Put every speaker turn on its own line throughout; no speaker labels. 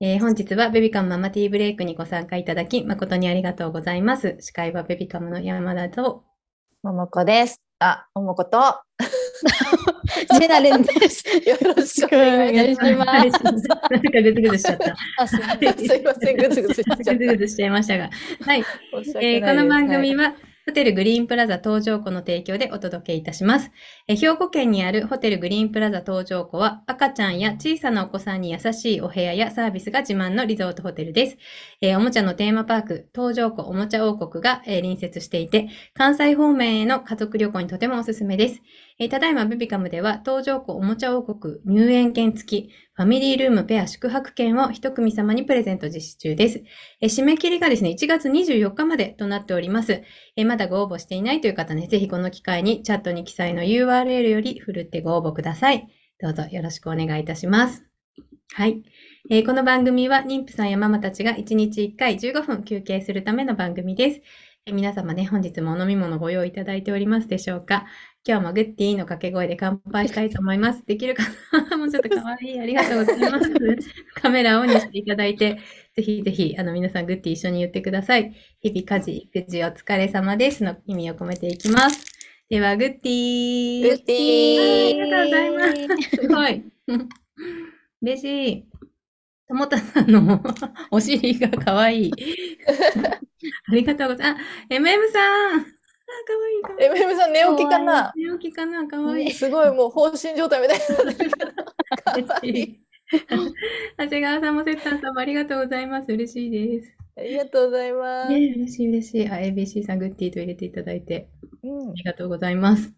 えー本日はベビカムママティーブレイクにご参加いただき誠にありがとうございます。司会はベビカムの山田と、
ももこです。あ、ももこと。 よ
ジェラレンです。
ろしくお願い
お
し
願いし
ま。
ますす
なんかグズグズしちゃった。
あすいません
すいません、ぐずぐずしちゃっ
グ
た
ズ。グズしちゃいましたが。はい。
申し
え
訳
ーこの
な
番
いです
組は、ホテルグリーンプラザ東条湖の提供でお届けいたします、えー兵庫県にあるホテルグリーンプラザ東条湖は、赤ちゃんや小さなお子さんに優しいお部屋やサービスが自慢のリゾートホテルです。えーおもちゃのテーマパーク、東条湖おもちゃ王国が、えー隣接していて、関西方面への家族旅行にとてもおすすめです。えーただいまベビカムでは、東条湖おもちゃ王国入園券付き、ファミリールームペア宿泊券を一組様にプレゼント実施中です。えー締め切りがですね、1月24日までとなっております。えーまだご応募していないという方ね、ぜひこの機会にチャットに記載の URL よりふるってご応募ください。どうぞよろしくお願いいたします。はい。えーこの番組は妊婦さんやママたちが1日1回15分休憩するための番組です。えー皆様ね、本日もお飲み物ご用意いただいておりますでしょうか今日もグッディーの掛け声で乾杯したいと思います。できるかな もうちょっと可愛い。ありがとうござい ます。カメラをオンにしていただいて、ぜひぜひ、あの、皆さん、グッティ一緒に言ってください。日々、家事、育児、お疲れ様ですの意味を込めていきます。では、グッティ
グッディ
ありがとうございます。すごい。嬉しい。ともたさんの お尻が可愛 い。ありがとうございます。あ、MM さん。あ、可愛い可愛い。
え、めむさん、寝起きかな。
寝起きかな可愛い。
すごい、もう放心状態み たいになってるけど。かわいい。
長谷川さんもセッターさんもありがとうございます。嬉しいです。
ありがとうございます。
ね、嬉しい嬉しい。あ、ABC さん、グッディと入れていただいて
うん
ありがとうございます。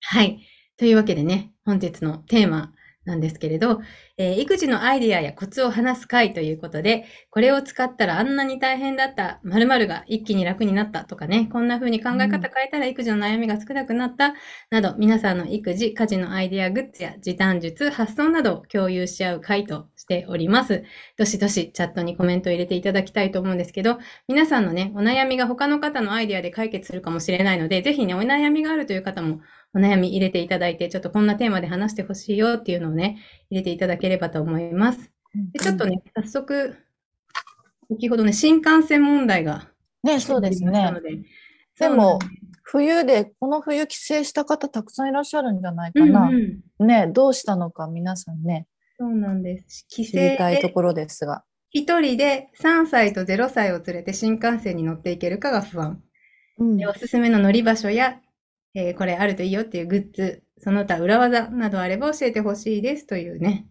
はい。というわけでね、本日のテーマなんですけれど、えー育児のアイディアやコツを話す会ということで、これを使ったらあんなに大変だった、〇〇が一気に楽になったとかね、こんな風に考え方変えたら育児の悩みが少なくなった、など、皆さんの育児、家事のアイディア、グッズや時短術、発想などを共有し合う会としております。どしどしチャットにコメントを入れていただきたいと思うんですけど、皆さんのね、お悩みが他の方のアイディアで解決するかもしれないので、ぜひね、お悩みがあるという方もお悩み入れていただいて、ちょっとこんなテーマで話してほしいよっていうのをね、入れていただければと思います。でちょっとね、早速、先ほどね、新幹線問題が
ね、そうですね。
ので。
でも
そう
冬で、この冬帰省した方、たくさんいらっしゃるんじゃないか
な
な
で
ん
す、う。んうん
ね、どうしたのか、皆さんね、
そうなんです。帰省
知りたいと
で
ころですが。
一人で3歳と0歳を連れて新幹線に乗っていけるかが不安。
うん
でおすすめの乗り場所や、えーこれあるといいよっていうグッズ、その他裏技などあれば教えてほしいですというね、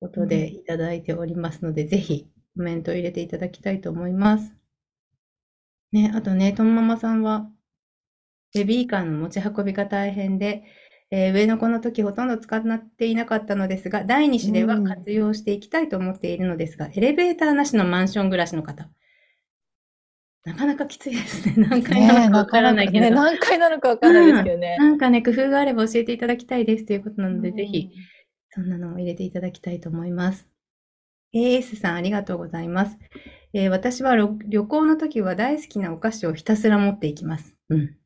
ことでいただいておりますので、ぜひコメントを入れていただきたいと思います。ね、あとね、とんままさんは、ベビーカーの持ち運びが大変で、えー上の子の時ほとんど使っていなかったのですが、第2子では
うん
活用していきたいと思っているのですが、エレベーターなしのマンション暮らしの方、なかなかきついですね。何回なのか
ね、
わ
な
か
からなか
ないけ
ね、
ど。
何回なのかわからないですけどね。
なんかね、工夫があれば教えていただきたいですということなので、ぜひ
う
そ
ん。
んなのを入れていただきたいと思います。AS さん、ありがとうございます。えー私はろ旅行の時は大好きなお菓子をひたすら持っていきます。うん。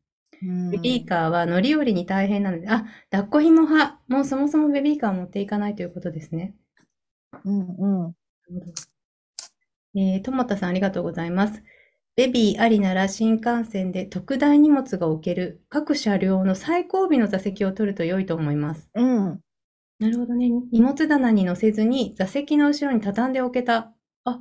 ベビーカーは乗り降りに大変なので、あ、抱っこ紐派。もうそもそもベビーカーを持っていかないということですね。
うんうん。
えー、ともたさん、ありがとうございます。ベビーありなら新幹線で特大荷物が置ける各車両の最後尾の座席を取ると良いと思います。
うん。
なるほどね。荷物棚に乗せずに座席の後ろに畳んでおけた。あ、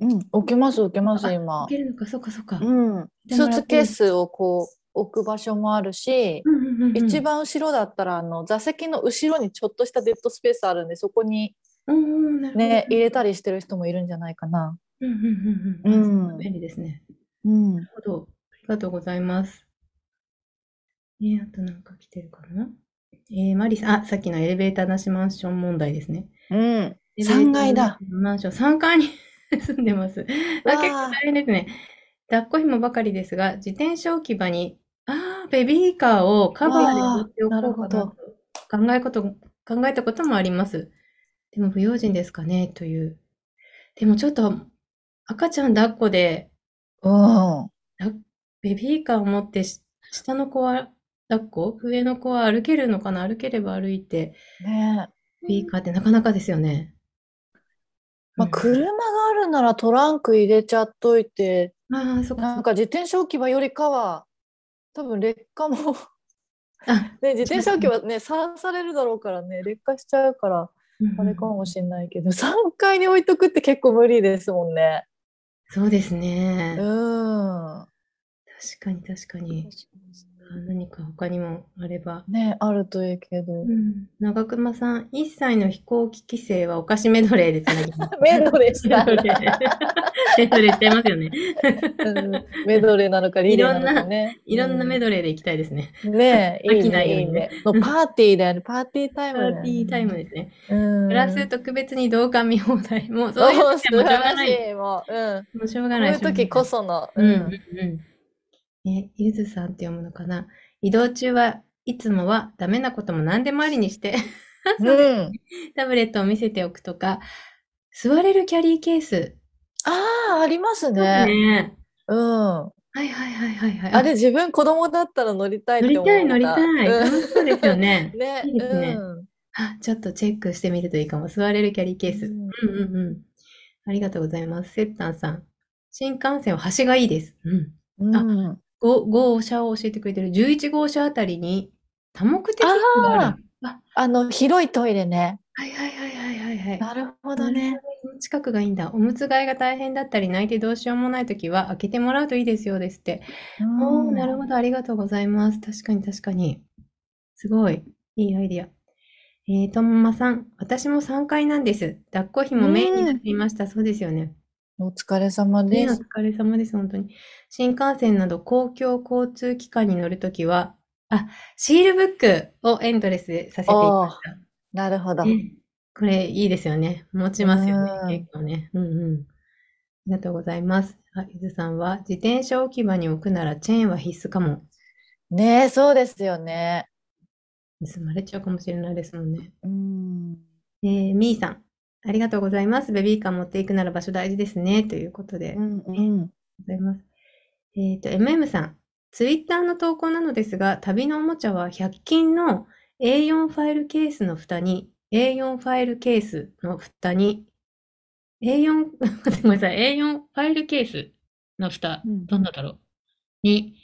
うん。置けます、置けます、
あ
今
置。けるのか、そうか、そうか。
うん。
で
ス
も
ーツケースをこう置く場所もあるし、
うんうんうんうん
一番後ろだったら、あの、座席の後ろにちょっとしたデッドスペースあるんで、そこに
うんうん、なるほど
ね、入れたりしてる人もいるんじゃないかな。
うんうんうんうん。あ
うん
便利ですね。
うん。
なるほど。ありがとうございます。ね、あとなんか来てるかな。えー、マリさん、あ、さっきのエレベーターなしマンション問題ですね。
うん。3階だ。
マンション、3階に 住んでます。あ、
わあ
結構大変ですね。抱っこ紐ばかりですが、自転車置き場に、ああ、ベビーカーをカバーで持っておこうか
わ
なと考えこと、考えたこともあります。でも不用心ですかね、という。でもちょっと、赤ちゃん抱っこで、
うん。
だベビーカーを持ってし、下の子は抱っこ、上の子は歩けるのかな、歩ければ歩いて、
ね
ベビーカーってなかなかですよね。
まあ、車があるならトランク入れちゃっといて、
ああ、そっか
な
そ
ん
っか。
か自転車置き場よりかは、多分劣化も
あ、
ね、自転車置き場ね、さらされるだろうからね、劣化しちゃうから、あれかもしれないけど、3階に置いとくって結構無理ですもんね。
そうです
う
ね。
ん。
確かに確かに。あ何か他にもあれば。
ね、あるといいけど。
う。ん、長熊さん、1歳の飛行機規制はお菓子メドレーでつなぎます
メドレーした
メド
ん
レ
だ。
ーメドレーしちゃいますよね。
うんメドレーなのかリレーなのかね。
いろんなメ
ド
ドレーで行きたいですね。
ねえ、い
飽
い
きないよう
ね、い
に
い
ね
ね。のパーティーだよね、パーティータイ
パ
ムだよね。
ーティータイムですね。
うん。
プラス特別に同感見放題。もう
そ
そうういう
いう
時はもうしょうが な
話
い。
もう、うん、こ
もうしょうが
う
ない。
いう時こその、
うんうんうん。え、ゆずさんって読むのかな。移動中はいつもはダメなことも何でもありにして、
うん、うん、
タブレットを見せておくとか、座れるキャリーケース。
ああありますね。
ね
うん、あ
はいはいはいはいはい。
れ自分子供だったら乗りたい
乗
って
り
思
たい乗
う
りたい。
うん。
楽しそうですよね
ね、
いいですね
うん
あ、ちょっとチェックしてみるといいかも。座れるキャリーケース。
う
うん
ん
うんうん。ありがとうございます。セッタンさん。新幹線は端がいいです。うん。
うん、
5号車を教えてくれてる。11号車あたりに多目的室がある。あ、
あの広いトイレね。
はいはいはいはいはいはい。
なるほどね。
その近くがいいんだ。おむつ替えが大変だったり、泣いてどうしようもないときは、開けてもらうといいですよですって。おー、なるほ
ど。
ど。ありがとうございます。確かに確かに。すごい。いいアイディア。えー、ともまさん、私も3回なんです。抱っこひもメインになっていました。そうですよね。
お疲れ様
ね、
で
お
す。
疲れ様です。本当に。新幹線など公共交通機関に乗るときは、あ、シールブックをエントレスでさせていただきました。
なるほど。
ねこれいいですよね。持ちますよ
うん
ね。結構ね。うんうん。ありがとうございます。あ、ゆずさんは、自転車置き場に置くならチェーンは必須かも。
ね、そうですよね。
盗まれちゃうかもしれないですもんね。
うん。
えー、みーさん、ありがとうございます。ベビーカー持っていくなら場所大事ですね。ということで、あ
う
りがと
んうん。
うございます。えっと、MM さん、ツイッターの投稿なのですが、旅のおもちゃは100均の A4 ファイルケースの蓋に、A4 ファイルケースの蓋に、A4、ご めんなさい、A4 ファイルケースの蓋、
うん
どんなだろうに、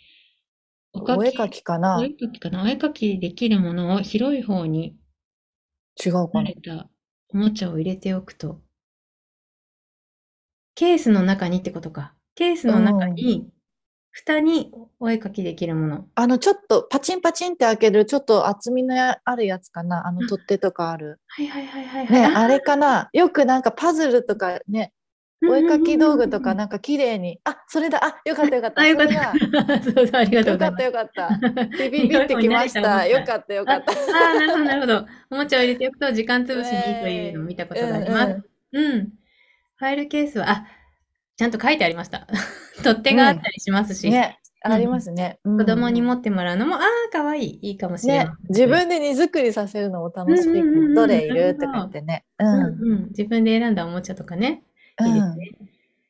おか
お絵
き、
かきかな
お絵かきかなお絵かきできるものを広い方に
違うか
慣
な
れたおもちゃを入れておくと、ケースの中にってことか。ケースの中に、蓋にお絵かきできるもの。
あの、ちょっとパチンパチンって開ける、ちょっと厚みのやあるやつかな。あ
うん
の、取っ手とかある。
はいはいはいはいはい。
ね、
あ
あれかな。よくなんかパズルとかね、お絵かき道具とかなんか綺麗に。あ、それだ。あ、よかったよかった。
あ、よか
そ
っ
れだ。
た。 そうそう、ありがとう
よ
ござ
か
い
っ
ま
たよかった。
す。
ビビビってきました。よかったよかった。
た。ああー、なるほど、なるほど。おもちゃを入れておくと時間潰しにいいというのを見たことがあります。うん。ファイルケースは、あ、ちゃんと書いてありました。 取っ手があったりします
うんうん
し、
ね、ありますね。
子
子
供に持ってもらうのも、ああ、かわいい。いいかもしれ
ね
ない。、
自分で荷造りさせるのも楽しい
うんうんうんうん
どれいるとか言ってね。う。
うん
うん
うん、自分で選んだおもちゃとかね。いいですね。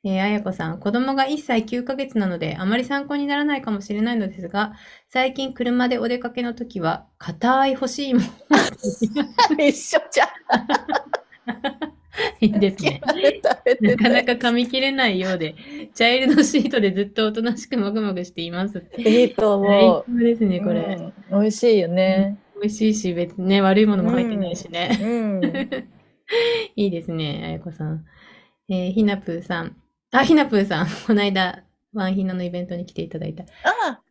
えー、あやこさん、子供が1歳9ヶ月なので、あまり参考にならないかもしれないのですが、最近車でお出かけの時は、硬い干し芋を持っていきます
一緒じ ゃん。
いいです ね。
食べて
なかな
て
か噛み切れないようで、チャイルドシートでずっとおとなしくもぐもぐしています。
いいと
最
思う
高。ですね、これ。
うん、美味しいよね。
美味しいし、別にね、悪いものも入ってないしね。
うん。
いいですね、あやこさん。えーひなぷーさん。あ、ひなぷーさん。この間、ワンヒナのイベントに来ていただいた。あ
あ、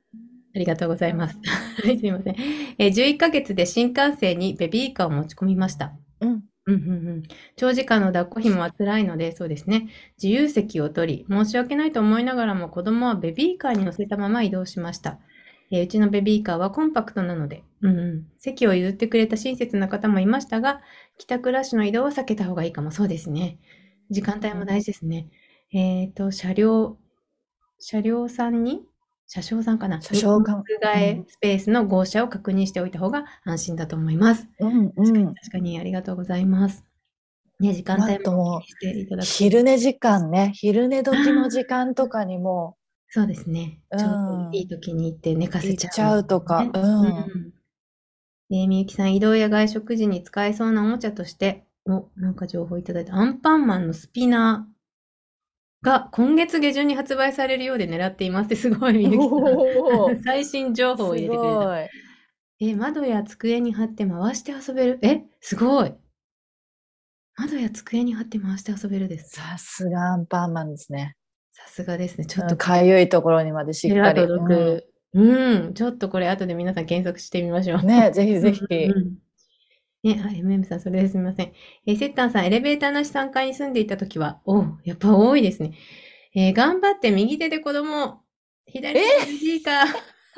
りがとうございます。 はいすいません。えー11ヶ月で新幹線にベビーカーを持ち込みました。
うん。
うんうんうん、長時間の抱っこひもは辛いので、そうですね。自由席を取り、申し訳ないと思いながらも子供はベビーカーに乗せたまま移動しました。えーうちのベビーカーはコンパクトなので、うんうん、席を譲ってくれた親切な方もいましたが、帰宅ラッシュの移動は避けた方がいいかも。そうですね。時間帯も大事ですね。えっ、と、車両、車両さんに、車掌さんかな。
車掌か
おむつ替え
うん
スペースの号車を確認しておいた方が安心だと思います。
うん、
確か
う
に
ん。
確かにありがとうございます。ね、時間帯も気にしていただく。
昼寝時間ね、昼寝時の時間とかにも
そうですね。
うん
ちょうどいい時に行って寝か
行
せ
っ
ちゃう。
ちゃうとか、う。
うんん。えーみゆきさん、移動や外食時に使えそうなおもちゃとして、お、なんか情報いただいた。アンパンマンのスピナーが今月下旬に発売されるようで狙っていますってすごい、 みゆきさん
おー
最新情報を入れてくれた。
す
え、窓や机に貼って回して遊べる。え、すごい。窓や机に貼って回して遊べるで
ごい
す。
さすがアンパンマンですね。
さすがですね。ち
ち
ょ
ょ
っ
っ
と
とかゆいところにまでしっ
手が
かり。
届く。うん、ちょっとこれ後で皆さん検索してみましょう
うん。ねぜひぜひ。
うんね、あ、MM さん、それですみません。えー、セッタンさん、エレベーターなし3階に住んでいたときは、おうやっぱ多いですね。えー頑張って右手で子供、左手でジー カー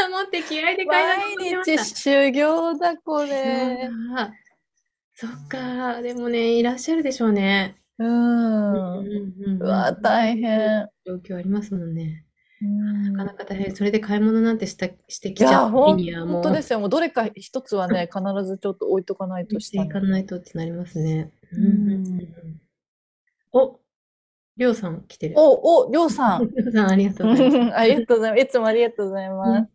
持って気合で階段
毎
登りま
日
した。
修行だこれ。
あーそっか、でもね、いらっしゃるでしょうね。
うん。う
うんうん
わ大変。
状況ありますもんね。
うん
なかなか大変。それで買い物なんてしたしてきち
い
ゃ
や
う
ほん
日にはも
本
う、
当ですよ。もうどれか一つはね、必ずちょっと置いとかないと
し
してた
いか
ね。
ないとってなりますね。
ん
うんお、りょうさん来てる。
お、お、りょうさん。
りょうさんありがとうござ います。
ありがとうございます。いつもありがとうござい
え
ます。
ー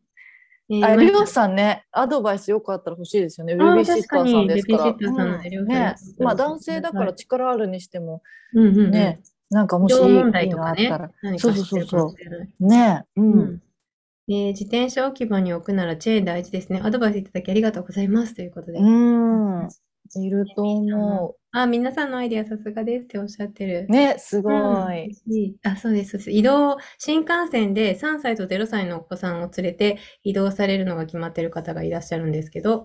あ、
まゆ
りょう
さ
さんね、アドバイスよかったら欲しいですよね。ベビ
あ
ーシッターさんですから。
確かにベビーシッターさんなんでりょう
うん
さん
ね、まあ男性だから力あるにしても、ね、なんか
ん、
も
移
しいい
動問題と
のあ
か
っ
ね
たら。、
何
そ
か
うそう
して
そう
る
そ
か
う
もしれない。
ね、う。
うんんえー自転車置き場に置くならチェーン大事ですね。アドバイスいただきありがとうございますということで。
うん。いると思
あ、皆さんのアイディアさすがですっておっしゃってる
う。。ね、すご
うん
い。
嬉しいあ、そうです、そうです。移動、新幹線で3歳と0歳のお子さんを連れて移動されるのが決まってる方がいらっしゃるんですけど、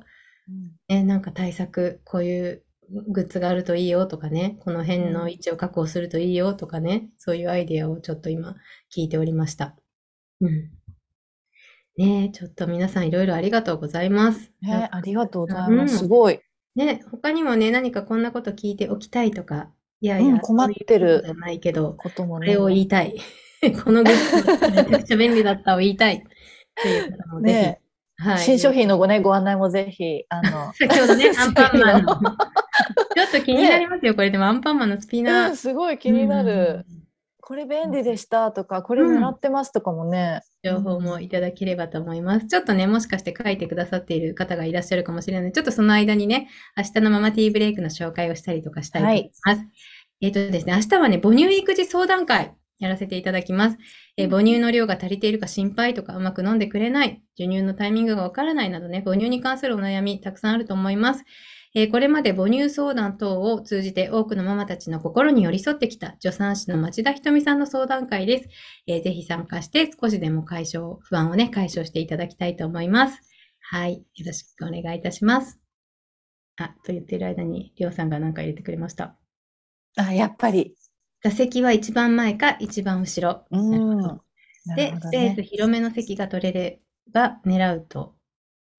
え、なんか対策、こういうグッズがあるといいよとかね、この辺の位置を確保するといいよとかね、そういうアイデアをちょっと今聞いておりました。うん。ねえ、ちょっと皆さんいろいろありがとうございます。なん
ね、
か
ありがとうござい
うん
ます。すごい。
ね、他にもね、何かこんなこと聞いておきたいとか、いやい
うん
や、
困
そういう
ってる
ことじゃないけど、
ことも
こ
ね
れ。を言いたい。 このグッズめちゃくちゃ便利だったを言いたい。っていう方もぜ
ね、
ひ。はい。。
新商品のごね、ご案内もぜひ、あの
先ほど ね、アンパンマンの。
新
ちょっと気になりますよ、これでもアンパンマンのスピナ
う
ー
ん、。すごい気になる。
うん。
これ便利でしたとか、これ狙ってますとかもね。
情報もいただければと思います。ちょっとね、もしかして書いてくださっている方がいらっしゃるかもしれないので、ちょっとその間にね、明日のママティーブレイクの紹介をしたりとかしたいと思います。えっ、とですね、明日はね、母乳育児相談会やらせていただきます。えー母乳の量が足りているか心配とか、うまく飲んでくれない、授乳のタイミングがわからないなどね、母乳に関するお悩み、たくさんあると思います。えーこれまで母乳相談等を通じて多くのママたちの心に寄り添ってきた助産師の町田ひとみさんの相談会です。えーぜひ参加して少しでも解消、不安をね、解消していただきたいと思います。はい。よろしくお願いいたします。あ、と言ってる間に、りょうさんが何か入れてくれました。
あ、やっぱり。
座席は一番前か一番後ろ。
うん。
な
な
で、
るほ
ス
ど
ペース
ね。
広めの席が取れれば狙うと。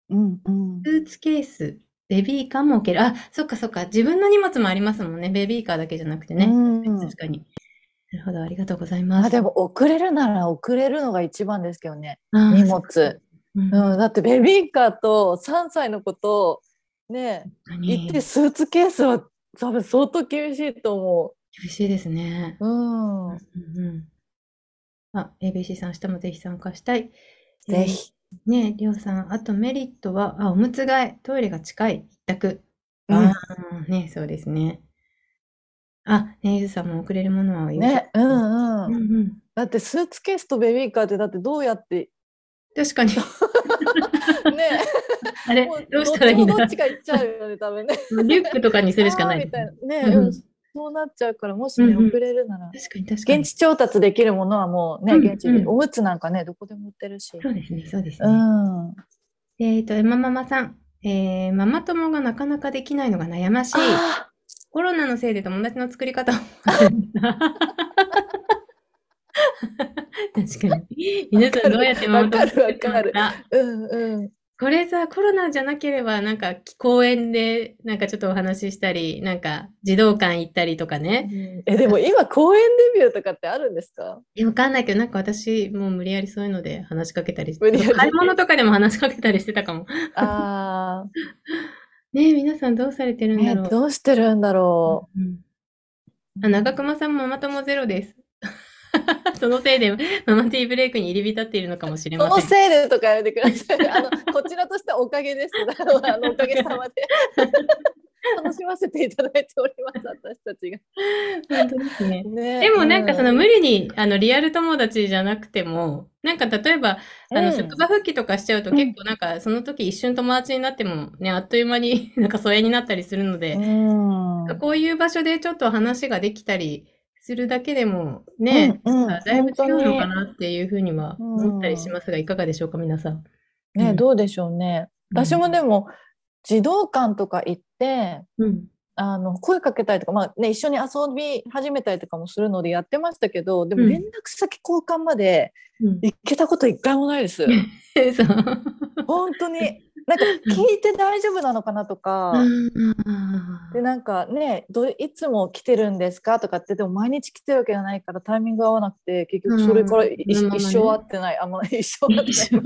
うんうん
ス。ーツケース、ベビーカーも置ける。あ、そっかそっか。自分の荷物もありますもんね。ベビーカーだけじゃなくてね。
うん
確かに。なるほど。ありがとうございます。
あ、でも遅れるなら遅れるのが一番ですけどね。
あー、
荷
そっ
物
か。うん
うん、だってベビーカーと3歳の子とね
確か
行っ
に
てスーツケースは多分相当厳しいと思
厳しいですね。
う。うん、
うんうん。あ、ABC さん、明日もぜひ参加したい。
ぜ。ひ。
ねえ、りょうさん、あとメリットは、あ、おむつ替え、トイレが近い、一択。
うん
ああ、ね、そうですね。あ、ね、ゆずさんも送れるものは言う
ね、うん
う
うん。
んうん。
だってスーツケースとベビーカーってだってどうやって
確かに、
ね、
あれ
もう、
どうしたらいいん
どっちもど
だ
っちか行っちゃうよね多 分ね。
リュックとかにするしかな
あー
い。
みたい
確
なね、
うん
うんそうなっちゃうからもしね
うんうん
遅れるなら。
かに、確かに。
現地調達できるものはもうね、
うん
現地
う
で
ん
おむつなんかねどこでも売ってるし。
そうですね、そうです
う
ね。
ん。
えっと、エマママさん、えーママ友がなかなかできないのが悩ましい。
あ
コロナのせいで友達の作り方を確かに。皆さんどうやってママ友作ってます
わかるーうんうん。
これさ、コロナじゃなければ、なんか公園で、なんかちょっとお話ししたり、なんか児童館行ったりとかね。
えでも今公演デビューとかってあるんですか
えわかんないけど、なんか私、もう無理やりそういうので話しかけたりして、
無理やり
買い物とかでも話しかけたりしてたかも。
ああ、
ねえ、皆さんどうされてるんだ
ね
ろう。
どうしてるんだろ
うん
う
あ、長熊さんもママ友ゼロです。 そのせいでママティーブレイクに入り浸っているのかもしれ
そ
ま
の
せん。
せいで とかやめてくださいあのこちらとしてはおかげですあのあのおかげさまで楽しませていただいております、私たちが。
本当ですね。
ね
でもなんかその
うん
無理にあのリアル友達じゃなくても、なんか例えばあ
う
の
ん
職場復帰とかしちゃうと結構なんかその時一瞬友達になってもね、あっという間になんか疎遠になったりするので、
うん
こういう場所でちょっと話ができたりするだけでもね、
うんうん
なんかだいぶ違うのかなっていうふうには思ったりしますが、いかがでしょうか、皆さん。う
ね
ん
どうでしょうね。私もで
も、
も児童館とか行って
うん
あの声かけたりとか、まあね、一緒に遊び始めたりとかもするのでやってましたけどでも
うん
連絡先交換まで
うん
行けたこと一回もないで す。
そう。
本当になんか聞いて大丈夫なのかなとか。でなんかねどいつも来てるんですかとかってでも毎日来てるわけじゃないからタイミング合わなくて結局それからい、
うんまあまあね
一生会ってないあんまあ一生 会ってな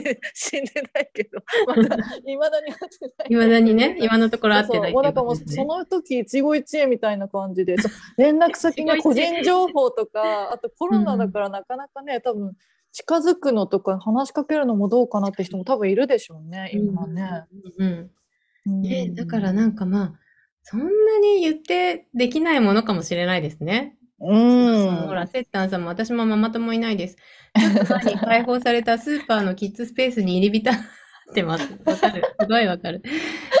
い、ね、死んでないけどまだいまだに会ってない
いまだにね、今のところ会ってない
そうそうもう
ってうこ
ないんかも
と
う
ですね
その時一期一会みたいな感じで そう連絡先が
一期一会
個人情報とかあとコロナだからなかなかね多分近づくのとか話しかけるのもどうかなって人も多分いるでしょうね今ね。
うんうん
うん
ね、だからなんかまあ、そんなに言ってできないものかもしれないですね。
う
ほ
ん
ら、セッタンさんも私もママ友いないです。ちょっと前に解放されたスーパーのキッズスペースに入り浸って ます。わかる。すごいわかる。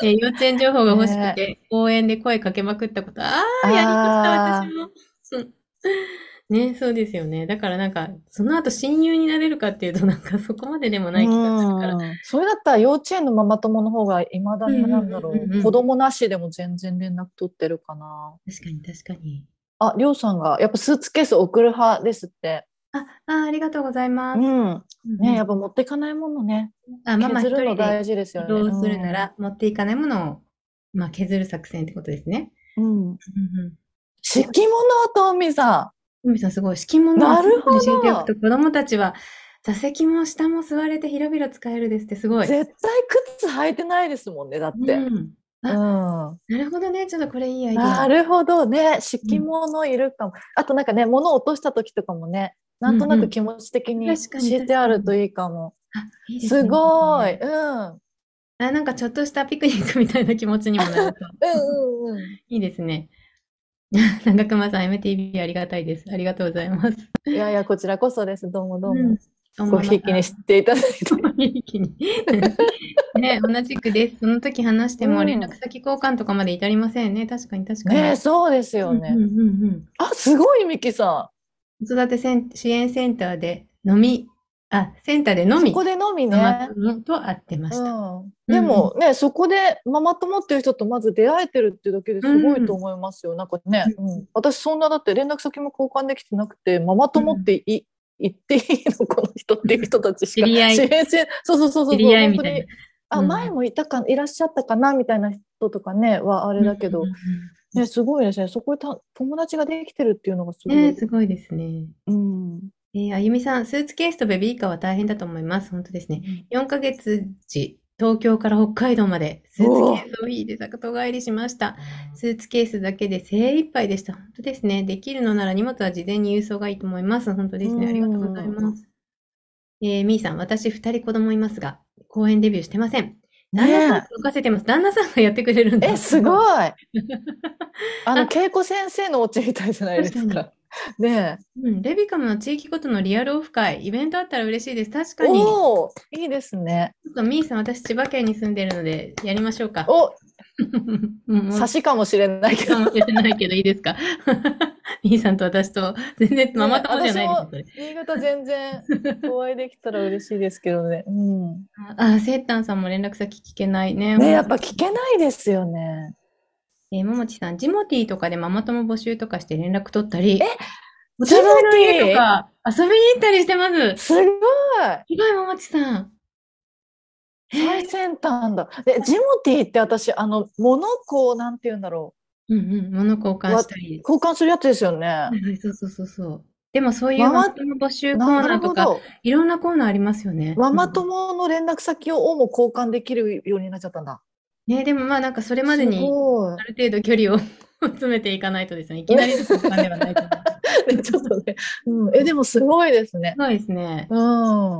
え幼稚園情報が欲しくて、公園で声かけまくったこと。ああ、やりました、私も。そうね、そうですよね。だからなんか、その後親友になれるかっていうと、なんかそこまででもない気がするから。
うんそれだったら幼稚園のママ友の方がいまだになんだろ
うんうんうんうん
う子供なしでも全然連絡取ってるかな
確かに、確かに。
ありょうさんがやっぱスーツケース送る派ですって
あ、あーありがとうございます
う。ん
うん
ねやっぱ持ってかないものね
あ、ママ
削
一
る
人
の
で
大事です
移
よね
動するなら、持っていかないものを、まあ、削る作戦ってことですね。
うんうん
うん
敷物とおみさ
海さんすごい、敷物を
なるほど
集めておくと子供たちは座席も下も座れて広々使えるですってすご
ん
い。
絶対靴履いてないですもんねだって、うん
うんなるほどね。ちょっとこれいいアイデア。
なるほどね敷物いるかも、あとなんかね物を落とした時とかもねなんとなく気持ち的に
確かに
敷いてあるといいかも、
あいいですね
ごい、うん
あ、なんかちょっとしたピクニックみたいな気持ちにもなると。
うんうんうん。
いいですね。 長熊さん、MTV ありがたいです。ありがとうございます。
いやいや、こちらこそです。どうもどう
う
も
ん。お
ご
まま
ひいきにしていただいて。
一気 に。ね、同じくです。その時話しても
うん
連絡先交換とかまで至りませんね。確かに確かに。
ねえ、そうです
う
よ
んうん
ね。
うんうん
あ、すごい、ミキさ
子育てセン支援センターでのみ、あ、センターでの
ん。そ
み、
こでのみ
マ
ね
マ。友と会ってました。
うん。でもね、そこでママ友っていう人とまず出会えてるっていうだけですごいと思いますよ。なんかね、うん私そんなだって連絡先も交換できてなくて、ママ友ってい、言っていいのこの人っていう人たちしか
知り合い
支援せそうそうそうそう
知り合いみたいな
本。当にあ、
うん
前もいたかいらっしゃったかなみたいな人とかねはあれだけど、
うんうんうん
ね、すごいですね。そこでた友達ができてるっていうのがすごい。
ねえ、すごいですね。
うん。
えーあゆみさん、スーツケースとベビーカーは大変だと思います。本当ですね。4ヶ月時、東京から北海道までスーツケースを引いて里帰りしました。スーツケースだけで精一杯でした。本当ですね。できるのなら荷物は事前に郵送がいいと思います。本当ですね。
うん
ありがとうございます。えー、みーさん、私2人子供いますが、公園デビューしてません。旦那さん
ね
が任せてます。旦那さんがやってくれるん
え。
だ。
え、すご
い。
い。あの、恵子先生のお家みたいじゃないですか。ね
うん、レビカムの地域ごとのリアルオフ会、イベントあったら嬉しいです。確
え。
かに。ちょ
おお、いいですね。
っとみーさん、私千葉県に住んでるので、やりましょう か。
お、
うん
差しかもしれないけ
か
ど。
もしれないけど、いいですか みーさんと私と、全然ママ友じゃないです、それ。
新潟 全然お会いできたら嬉しいですけどね。うん。
あ、セッタンさんも連絡先聞けないね。
ねえやっぱ聞けないですよね。
えーももちさん、ジモティーとかでママ友募集とかして連絡取ったり、えお
ジ
茶
モ
の家
ティー
とか遊びに行ったりしてます。
す
す
ごい。
ごい、ももちさん。
最先端だ。で、ジモティーって私、あの、物をこう、なんて言うんだろ
うんうん、物交換したり
う。。交換するやつですよね
は。いはいそうそうそうそう。でもそういう
ママ
ママ友募集コーナーと
なる
か、
ほど。
いろんなコーナーありますよね。
ママ友の連絡先ををも交換できるようになっちゃったんだ。
うん。ね、でもまあなんかそれまでに
すごい
ある程度距離を詰めていかないとですね、いきなりの交換ではないと思います。
ね ちょっとね。うん、え、でもすごいですね。
そうですね。
うん。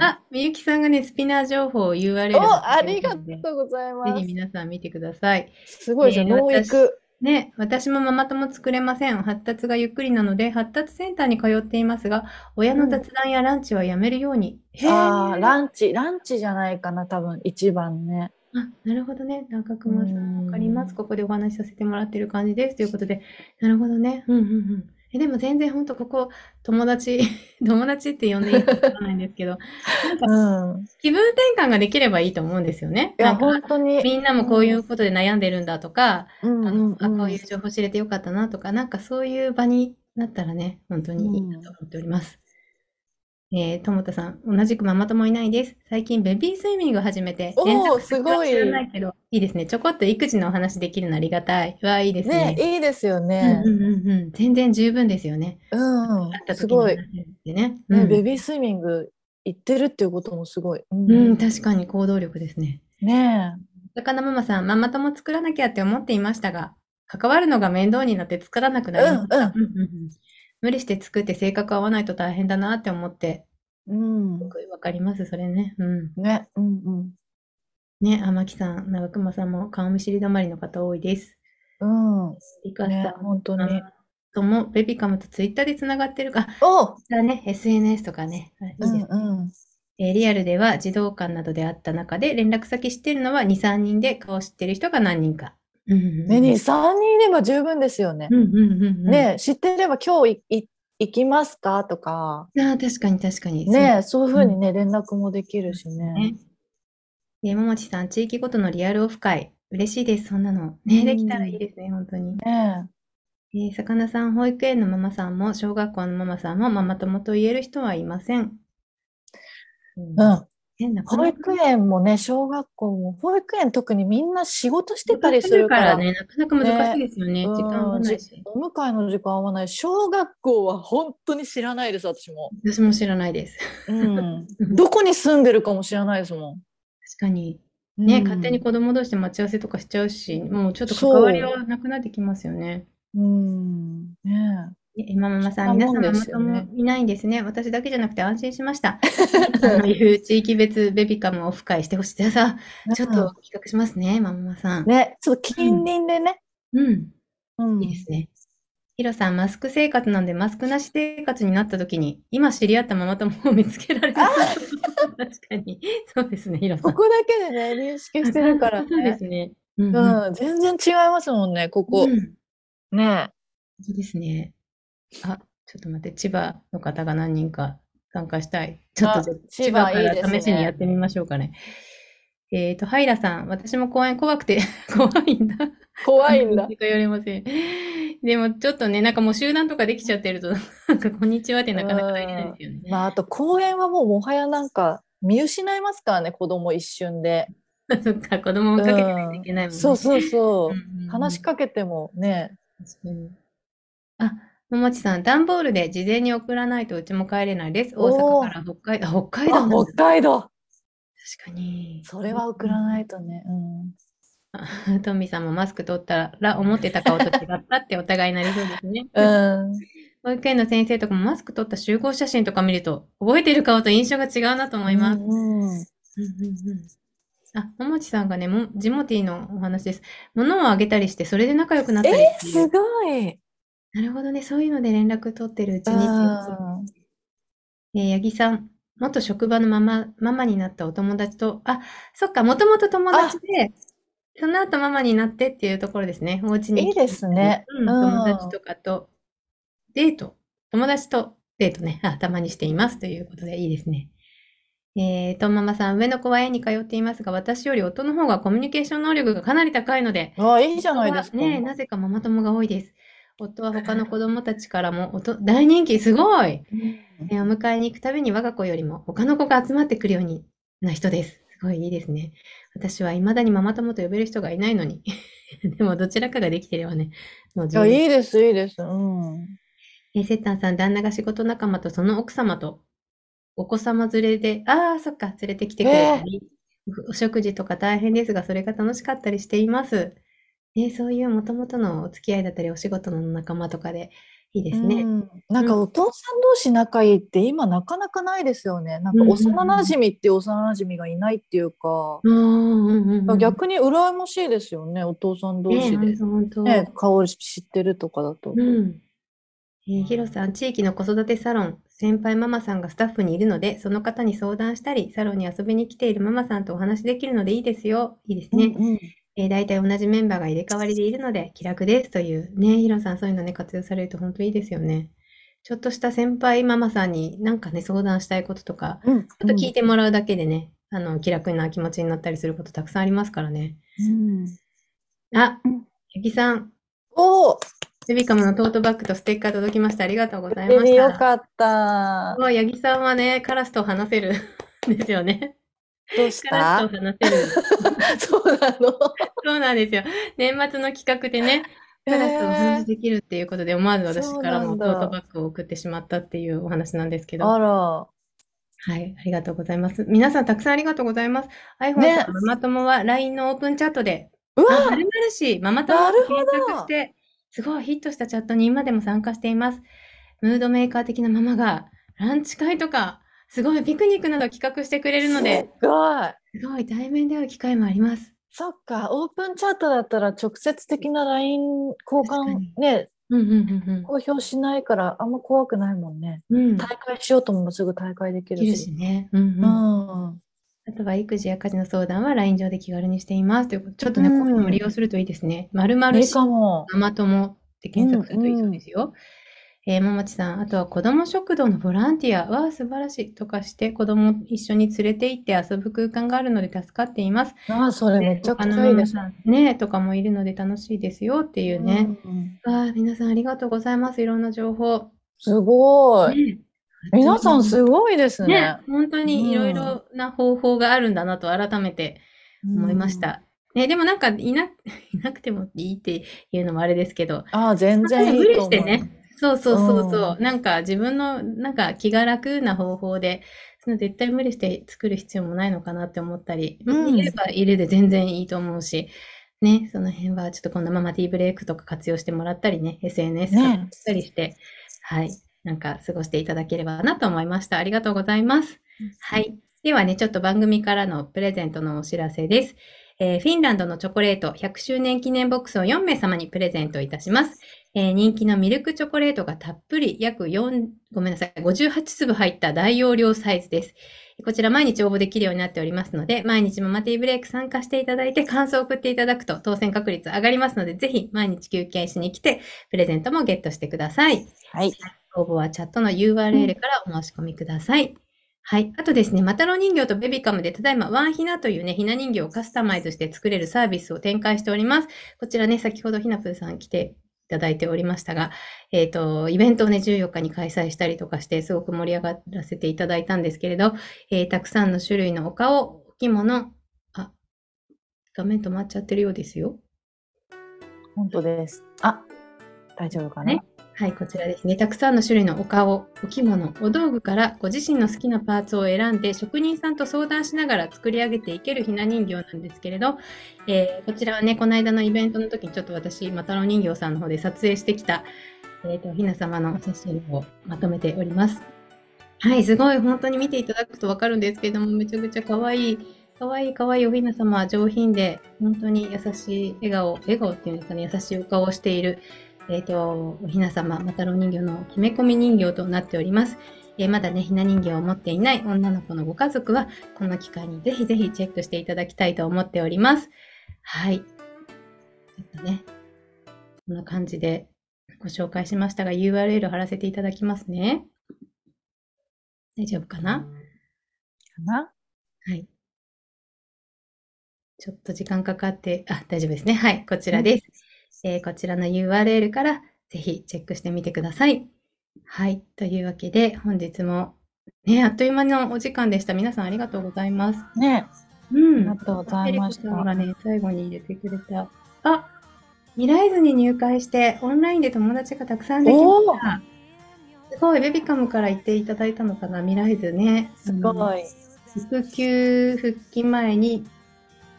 あ、みゆきさんがね、スピナー情報を URL
おありが
貼
と
ってくれてるので
うございま
ぜひ
す。
皆さん見てください。
すごいですね。
えー
農育。
ね、私もママ友作れません。発達がゆっくりなので、発達センターに通っていますが、親の雑談やランチはやめるように。へー
ああ、ランチ、ランチじゃないかな、多分一番ね。
あ、なるほどね。中熊さん、
うん
わかります。ここでお話しさせてもらってる感じです。ということで、なるほどね。うんうんうん。え、でも全然本当ここ、友達、 友達って呼んでいいかわからないんですけ ど、
うん。
気分転換ができればいいと思うんですよね。
い
な
や、
んか、
本当に。
みんなもこういうことで悩んでるんだとか、
うん
あ
うん
の、あ、こういう情報知れてよかったなとか、なんかそういう場になったらね、本当にいいなと思っております。えー、ともたさん、同じくママ友いないです。最近ベビースイミングを始めて、
おー
連絡先
すごい
は知らないけど、いいですね。ちょこっと育児のお話できるのありがたい。うわ、いいです
ね、
ね。
いいですよ
うん
ね。
うんうんうん。全然十分ですよね。
う
会っ
ん
た、
す
時に
ごい
話。せるってね。う
ね、
ん
ベビースイミング行ってるっていうこともすごい。う
うん、確かに行動力ですね。
ね
魚ママさん、ママ友作らなきゃって思っていましたが、関わるのが面倒になって作らなく
え。
なりました
う
うんうんうん無理して作って性格合わないと大変だなって思って、
ん、うん。う
すごいわかります、それね。うん。
ん。ね、うん、うん。
ね、天木さん、長熊さんも顔見知り止まりの方多いです。
う
リカ
ん、ね
さ、ん
本当に。
とも、ベビカムとツイッターでつながってるか、
お、
だね、SNS とかね。あいいで
う
す
ん、
ね
うん。
えーリアルでは児童館などであった中で、連絡先知ってるのは2、3人で、顔知ってる人が何人か。うんうんうん
ね、に三人いれば十分ですよね
う。んうんうんうん。
ね、知ってれば今日いい行きますかとか。
あー確かに確かに。
ね、そういうふうにね、連絡もできるしね。
え、ももちさん、地域ごとのリアルオフ会、嬉しいです、そんなの。ね、できたらいいですね、本当に。
ね、
えー、魚さん、保育園のママさんも、小学校のママさんも、ママ友と言える人はいません。うん
うん。
ね、なか
保
なか
育園もね、小学校も、保育園特にみんな仕事してたりする
か
からら。
ね、なかなか難しいですよね、時間が
うん
ないし。
お迎えの時間合わない。小学校は本当に知らないです、私も。
私も知らないです。
うん。どこに住んでるかも知らないですも
確かに。
ん。
ね、
うん
勝手に子供同士で待ち合わせとかしちゃうし、もうちょっと関
そう
わりはなくなってきますよね。
うん。ね
えマママさん、
そん
皆
な
さ
も
ん
ん
ママ
ですよね
友いないんですね。私だけじゃなくて安心しま した。あのいう地域別ベビカムオフ会してほしい。じゃあさ、
え
ちょっと企画しますね、マママさん。
ね、ちょっと近隣でね。
うん、
うん
いいですね。ヒロさん、マスク生活なんで、マスクなし生活になった時に、今知り合ったママ友を見つけられる。
あ
確かに。そうですね、ヒロさ
こ
ん。
こだけでね、認識してるから
そうで
ね。
すね。うんうん。
うん、全然違いますもんね、ここ。
うん
ね
そうですね。あ、ちょっと待って、千葉の方が何人か参加したい。ちょっと
あ
じゃあ
千葉
千葉
いいで
から
すね
試しにやってみましょうかね。えっと、ハイラさん、私も公園怖くて 怖いんだ。
怖いんだ
こ。にちは言われません。 でもちょっとね、なんかもう集団とかできちゃってると、なんかこんにちはってなかなか入れないですよね。
まあ、あと公園はもうもはやなんか見失いますからね、子供一瞬で。
そっか、子供を追っかけてないといけないもんね。
そうそうそ
うんう
う。
んうん
話しかけてもね。
確かに。あ、ももちさん、段ボールで事前に送らないとうちも帰れないです。大阪
お
か
ー
ら北海道、あ、北海道な
あ
ん、だ
北海道。
確かに。
それは送らないとね。うん。
い。 トミーさんもマスク取ったら思ってた顔と違ったってお互いになりそうです ね。
うん。
保育園の先生とかもマスク取った集合写真とか見ると、覚えてる顔と印象が違うなと思います。う
うん
んうんうんあ、ももちさんがね、もジモティーのお話です。物をあげたりして、それで仲良くなったりっていう
すごい。
なるほどね、そういうので連絡取ってるうち
う
にっていうこと
ん
えー、八木さん、元職場のママ、ママになったお友達と、あ、そっか、もともと友達で、その後ママになってっていうところですね。お家に
いいですね。
うん、友達とかと、デート、友達とデートね、 あ、たまにしていますということでいいですね。えー、とんママさん、上の子は園に通っていますが、私より夫の方がコミュニケーション能力がかなり高いので、
あ、いいじゃないですか。
ねえ、なぜかママ友が多いです。夫は他の子供たちからもおと大人気、すごい
うん
ねお迎えに行くたびに我が子よりも他の子が集まってくるようにな人です。すごいいいですね。私は未だにママ友と呼べる人がいないのに。 でもどちらかができてればね、もう
い
十
や、
分
いいです、いいです。うん。
えー、セッタンさん、旦那が仕事仲間とその奥様とお子様連れで、ああ、そっか、連れてきてくれたり、お食事とか大変ですが、それが楽しかったりしています。ね、そういうもともとのお付き合いだったり、お仕事の仲間とかで、いいですね。
うんなんかお父さん同士仲いいって今なかなかないですよね。なんか幼馴染っていう幼馴染がいないっていうか、
うんうんうんうん
逆に羨ましいですよね、お父さん同士
ね本
で。
当本当
ね、顔知ってるとかだと。
うん。えーヒロさん、地域の子育てサロン、先輩ママさんがスタッフにいるので、その方に相談したり、サロンに遊びに来ているママさんとお話しできるのでいいですよ。いいですね。
うんうん
えー大体同じメンバーが入れ替わりでいるので、気楽ですというね、ヒロさん、そういうのね、活用されると本当いいですよね。ちょっとした先輩ママさんになんかね、相談したいこととか、
うん
ちょっと聞いてもらうだけでね、あの、気楽な気持ちになったりすることたくさんありますからね。
うん
あ
うん、
ゆきさん、
おお、
ルビカムのトートバッグとステッカー届きました。ありがとうござい
出
ま
て
し
よ
た。
かった
す。ごい、八木さんはね、カラスと話せる んですよね。
どうし
カラ
た
スと話せる。
そうなの。
そうなんですよ。年末の企画でね、カラスとお話しできるっていうことで、思わず私から
そ
も
う
ト
なんだ
ートバッグを送ってしまったっていうお話なんですけ
えー
ど、
あ
は
ら。
い、ありがとうございます。皆さんたくさんありがとうございます。iPhone
ね
さんママ友は LINE のオープンチャットで、
う
あ、
わ
まるまるし、ママ友
なるほ
検
ど
索して、すごいヒットしたチャットに今でも参加しています。ムードメーカー的なママが、ランチ会とか、すごいピクニックなど企画してくれるので、
すごい。
すごい対面で会う機会もあります。
そっか、オープンチャットだったら直接的な LINE
確
交
か
換
に
ね、
うんうん
公表しないからあんま怖くないもんね。
うんうん。うん。
大会しようともすぐ大会でき
で
る
きる
し。
しね。うん
う
うん。あ
ん。
とは育児や家事の相談は LINE 上で気軽にしています。ということでちょっとね、
うん
こういうのも利用するといいですね。まるま
い
る
い
し
かも。
ママ友って検索するといいそうですよ。えー、ももちさん、あとは子ども食堂のボランティアは素晴らしいとかして、子ども一緒に連れて行って遊ぶ空間があるので助かっています。
ああ、それめちゃくちゃいいです
他のママさんね、とかもいるので楽しいですよっていうね。
うんうん
わあ、皆さんありがとうございます。いろんな情報。
すごい。
ね
皆さんすごいですね
ね。、本当にいろいろな方法があるんだなと改めて思いまし
うん。
た。ね、でもなんかいな いなくてもいいっていうのもあれですけど、
ああ、全然いいと思う。
無理してねそうそうそうそうう、なんか自分のなんか気が楽な方法で、その絶対無理して作る必要もないのかなって思ったり、
うん
いればいるで全然いいと思うし、ね、その辺はちょっとこのままティーブレイクとか活用してもらったりね、SNS 活用
ね
したりして、はい、なんか過ごしていただければなと思いました。ありがとうございます。はい。ではね、ちょっと番組からのプレゼントのお知らせです。えーフィンランドのチョコレート100周年記念ボックスを4名様にプレゼントいたします。えー人気のミルクチョコレートがたっぷり約4、ごめんなさい、58粒入った大容量サイズです。こちら毎日応募できるようになっておりますので、毎日ママティーブレイク参加していただいて感想を送っていただくと当選確率上がりますので、ぜひ毎日休憩しに来て、プレゼントもゲットしてください。
はい。
応募はチャットの URL からお申し込みください。はい。あとですね、マタロ人形とベビカムで、ただいまワンヒナというね、ひな人形をカスタマイズして作れるサービスを展開しております。こちらね、先ほどひなぷーさん来ていただいておりましたが、えっ、と、イベントをね、14日に開催したりとかして、すごく盛り上がらせていただいたんですけれど、えーたくさんの種類のお顔、お着物、あ、画面止まっちゃってるようですよ。
本当です。あ、大丈夫かな
ね。はい、こちらですね。たくさんの種類のお顔、お着物、お道具からご自身の好きなパーツを選んで職人さんと相談しながら作り上げていけるひな人形なんですけれど、えーこちらはね、この間のイベントの時にちょっと私、マタロ人形さんの方で撮影してきた、えー、とひな様の写真をまとめております。はい、すごい、本当に見ていただくとわかるんですけども、めちゃくちゃ可愛い、可愛い可愛いおひな様、上品で、本当に優しい笑顔、笑顔っていうんですかね、優しいお顔をしているえー、とおひな様またろう人形のきめ込み人形となっております、えーまだねひな人形を持っていない女の子のご家族はこの機会にぜひぜひチェックしていただきたいと思っておりますはいちょっとねこんな感じでご紹介しましたが URL 貼らせていただきますね大丈夫かな
かな
はい。ちょっと時間かかって、あ、大丈夫ですね。はい、こちらです。えーこちらの URL からぜひチェックしてみてください。はい、というわけで本日もね、あっという間のお時間でした。皆さんありがとうございます。
ね。
う
あ
ん。
りがとうございまし
パセリコさん
た。
がね、最後に入れてくれた。あ、未来図に入会してオンラインで友達がたくさんできました。すごい、ベビカムから言っていただいたのかな、未来図ね。す
すごい。
育休復帰前に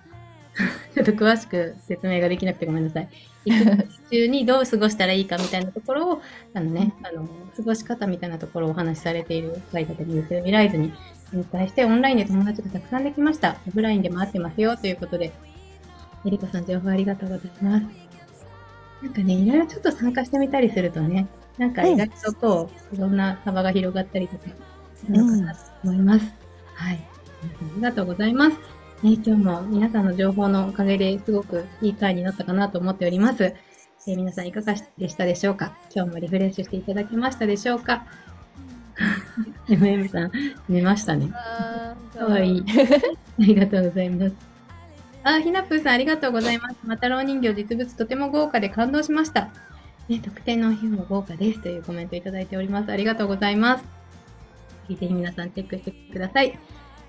ちょっと詳しく説明ができなくてごめんなさい。育児中にどう過ごしたらいいかみたいなところを、あのね、あの、過ごし方みたいなところをお話しされている回だと思うんですけど、未来図に引退してオンラインで友達がたくさんできました。オフラインでも会ってますよということで、エリコさん情報ありがとうございます。なんかね、いろいろちょっと参加してみたりするとね、なんか意外とこう、いろんな幅が広がったりとかするのかなと思います。はい。皆さんありがとうございます。ね、今日も皆さんの情報のおかげですごくいい回になったかなと思っております。えー皆さんいかがでしたでしょうか今日もリフレッシュしていただきましたでしょうか ?MM さん、寝ましたね。かわいい。 ありがとうございます。あ、ひなぷーさん、ありがとうございます。またろう人形実物、とても豪華で感動しました。ね、特典のお日も豪華ですというコメントいただいております。ありがとうございます。ぜひ皆さんチェックしてください。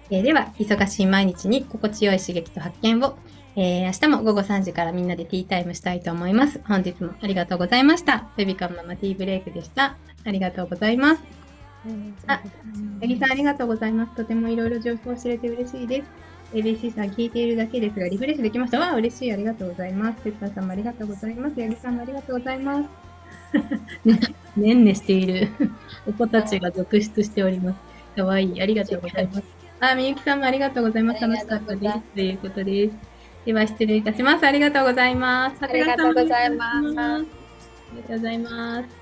えーでは、忙しい毎日に心地よい刺激と発見を、えー明日も午後3時からみんなでティータイムしたいと思います。本日もありがとうございました。ベビカムママティーブレイクでした。ありがとうございます。あ八木さん、ありがとうございます。とてもいろいろ情報を知れて嬉しいです。ABC さん、聞いているだけですが、リフレッシュできました。わあ、嬉しい。ありがとうございます。哲也さんもありがとうございます。八木さんもありがとうございます。 ねんねしているお子たちが続出しております。かわいい。ありがとうございます。あ、みゆきさんもありがとうございます。
あり
楽
が
し
と
か
う
っ
ござ
た
い
で
ます
す。ということです。では、失礼いたします。ありがとうございます。
ありがとうございます
ありがとうございます。